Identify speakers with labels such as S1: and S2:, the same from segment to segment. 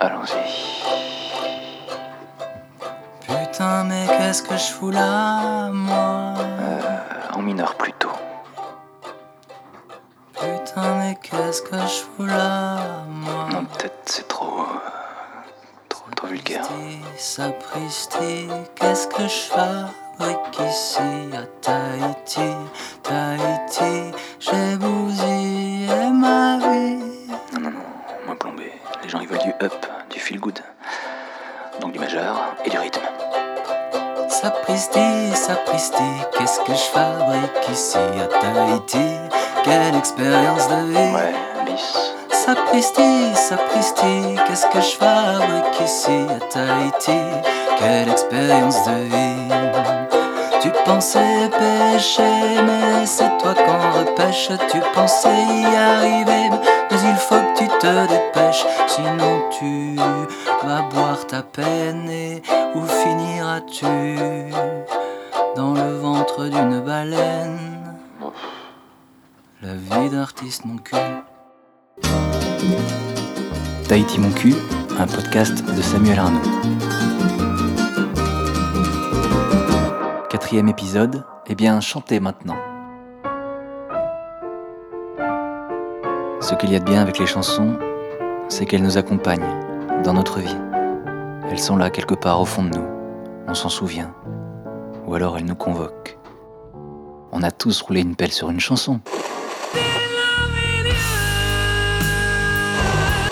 S1: Allons-y.
S2: Putain, mais qu'est-ce que je fous là, moi
S1: euh, En mineur plutôt.
S2: Putain, mais qu'est-ce que je fous là, moi
S1: Non, peut-être c'est trop. euh, trop, trop vulgaire. hein.
S2: Sapristi, Sapristi, qu'est-ce que je fabrique ici à Tahiti, Tahiti J'ai bousillé ma vie.
S1: Non, non, non, moins plombé. Les gens ils veulent du up, du feel good. Donc du majeur et du rythme.
S2: Sapristi, sapristi, qu'est-ce que je fabrique ici à Tahiti Quelle expérience de vie
S1: Ouais, bis.
S2: Sapristi, sapristi, qu'est-ce que je fabrique ici à Tahiti Quelle expérience de vie Tu pensais pêcher, mais c'est toi qu'on repêche Tu pensais y arriver, mais il faut que tu te dépêches Sinon tu vas boire ta peine et où finiras-tu Dans le ventre d'une baleine La vie d'artiste mon cul
S1: Tahiti E Mon Cul, un podcast de Samuel Arnaud. Quatrième épisode, eh bien chantez maintenant. Ce qu'il y a de bien avec les chansons, c'est qu'elles nous accompagnent dans notre vie. Elles sont là quelque part au fond de nous, on s'en souvient. Ou alors elles nous convoquent. On a tous roulé une pelle sur une chanson.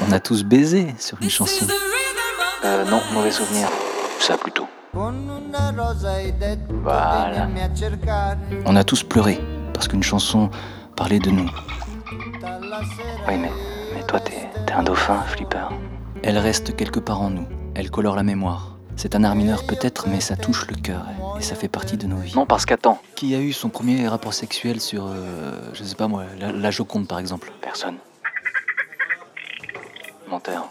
S1: On a tous baisé sur une chanson. Euh, non, mauvais souvenir. Ça plutôt. Voilà. On a tous pleuré parce qu'une chanson parlait de nous. Oui, mais, mais toi, t'es t'es un dauphin, flipper. Elle reste quelque part en nous. Elle colore la mémoire. C'est un art mineur peut-être, mais ça touche le cœur et ça fait partie de nos vies. Non, parce qu'attends. Qui a eu son premier rapport sexuel sur, euh, je sais pas moi, la, la Joconde par exemple Personne. Menteur.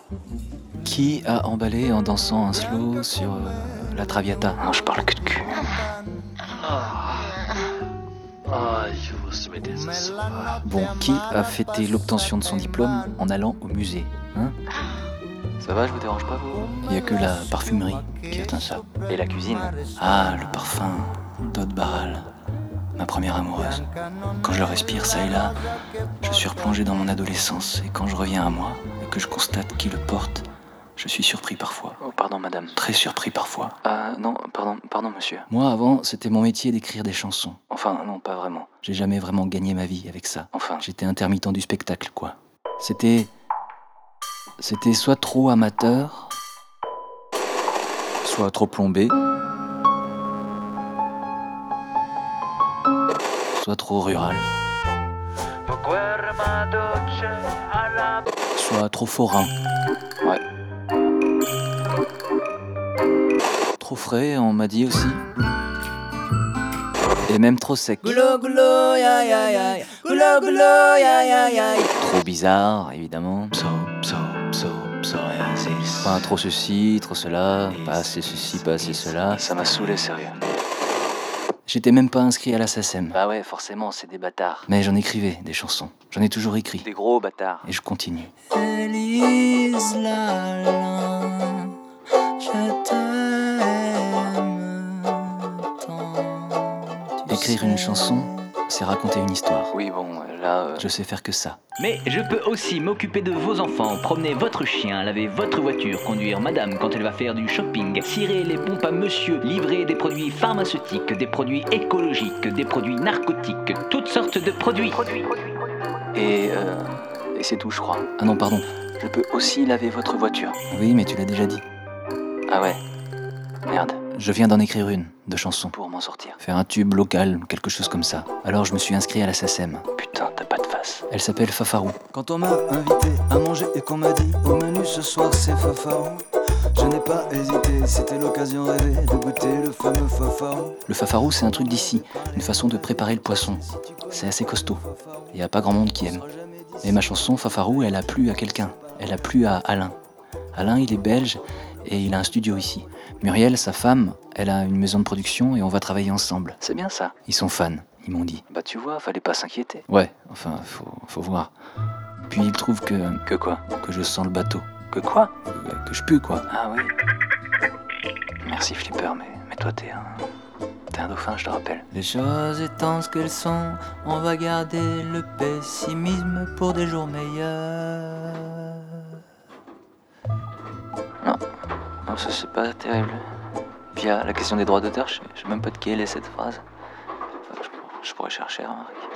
S1: Qui a emballé en dansant un slow sur euh, la Traviata Non, je parle que de cul. Bon, qui a fêté l'obtention de son diplôme en allant au musée hein Ça va, je vous dérange pas, vous Il n'y a que la parfumerie qui atteint ça. Et la cuisine Ah, le parfum d'Aude Barral, ma première amoureuse. Quand je le respire, ça et là, je suis replongé dans mon adolescence. Et quand je reviens à moi et que je constate qui le porte, je suis surpris parfois. Oh, pardon, madame. Très surpris parfois. Ah, non, pardon, pardon, monsieur. Moi, avant, c'était mon métier d'écrire des chansons. Enfin, non, pas vraiment. J'ai jamais vraiment gagné ma vie avec ça. Enfin. J'étais intermittent du spectacle, quoi. C'était. C'était soit trop amateur, soit trop plombé, soit trop rural, soit trop forain. Ouais. Trop frais, on m'a dit aussi. Et même trop sec.
S2: Goulot, goulot, ya ya ya, goulot, goulot, ya ya ya.
S1: Trop bizarre, évidemment. Enfin, trop ceci, trop cela, pas assez ceci, pas assez cela. Ça m'a saoulé, sérieux. J'étais même pas inscrit à la SACEM. Bah ouais, forcément, c'est des bâtards. Mais j'en écrivais des chansons. J'en ai toujours écrit. Des gros bâtards. Et je continue.
S2: Élise Lalin, je t'aime tant. tu
S1: Écrire
S2: sais.
S1: une chanson, c'est raconter une histoire.
S3: Oui, bon, là. euh,
S1: Je sais faire que ça.
S4: Mais je peux aussi m'occuper de vos enfants, promener votre chien, laver votre voiture, conduire madame quand elle va faire du shopping, cirer les pompes à monsieur, livrer des produits pharmaceutiques, des produits écologiques, des produits narcotiques, toutes sortes de produits.
S3: Et, euh, et c'est tout, je crois.
S1: Ah non, pardon.
S3: Je peux aussi laver votre voiture.
S1: Oui, mais tu l'as déjà dit.
S3: Ah ouais. Merde,
S1: Je viens d'en écrire une, de chansons.
S3: pour m'en sortir.
S1: Faire un tube local, quelque chose comme ça. Alors je me suis inscrit à la SACEM.
S3: Putain, t'as pas de face.
S1: Elle s'appelle Fafarou.
S2: Quand on m'a invité à manger et qu'on m'a dit au menu ce soir c'est fafarou, je n'ai pas hésité, c'était l'occasion rêvée de goûter le fameux fafarou.
S1: Le Fafarou, c'est un truc d'ici, une façon de préparer le poisson. C'est assez costaud. Il n'y a pas grand monde qui aime. Mais ma chanson Fafarou, elle a plu à quelqu'un. Elle a plu à Alain. Alain, il est belge et il a un studio ici. Muriel, sa femme, elle a une maison de production et on va travailler ensemble.
S3: C'est bien ça.
S1: Ils sont fans, ils m'ont dit.
S3: Bah, tu vois, fallait pas s'inquiéter.
S1: Ouais, enfin, faut, faut voir. Puis ils trouvent que,
S3: Que quoi
S1: que je sens le bateau. Que quoi
S2: Bah, que je pue, quoi.
S1: Ah oui. Merci Flipper, mais, mais toi t'es un... T'es un dauphin, je te rappelle.
S2: Les choses étant ce qu'elles sont, on va garder le pessimisme pour des jours meilleurs.
S1: Non, ça c'est pas terrible. Puis il y a la question des droits d'auteur, je je sais même pas de qui elle est cette phrase. Enfin, je, je pourrais chercher, hein. remarque.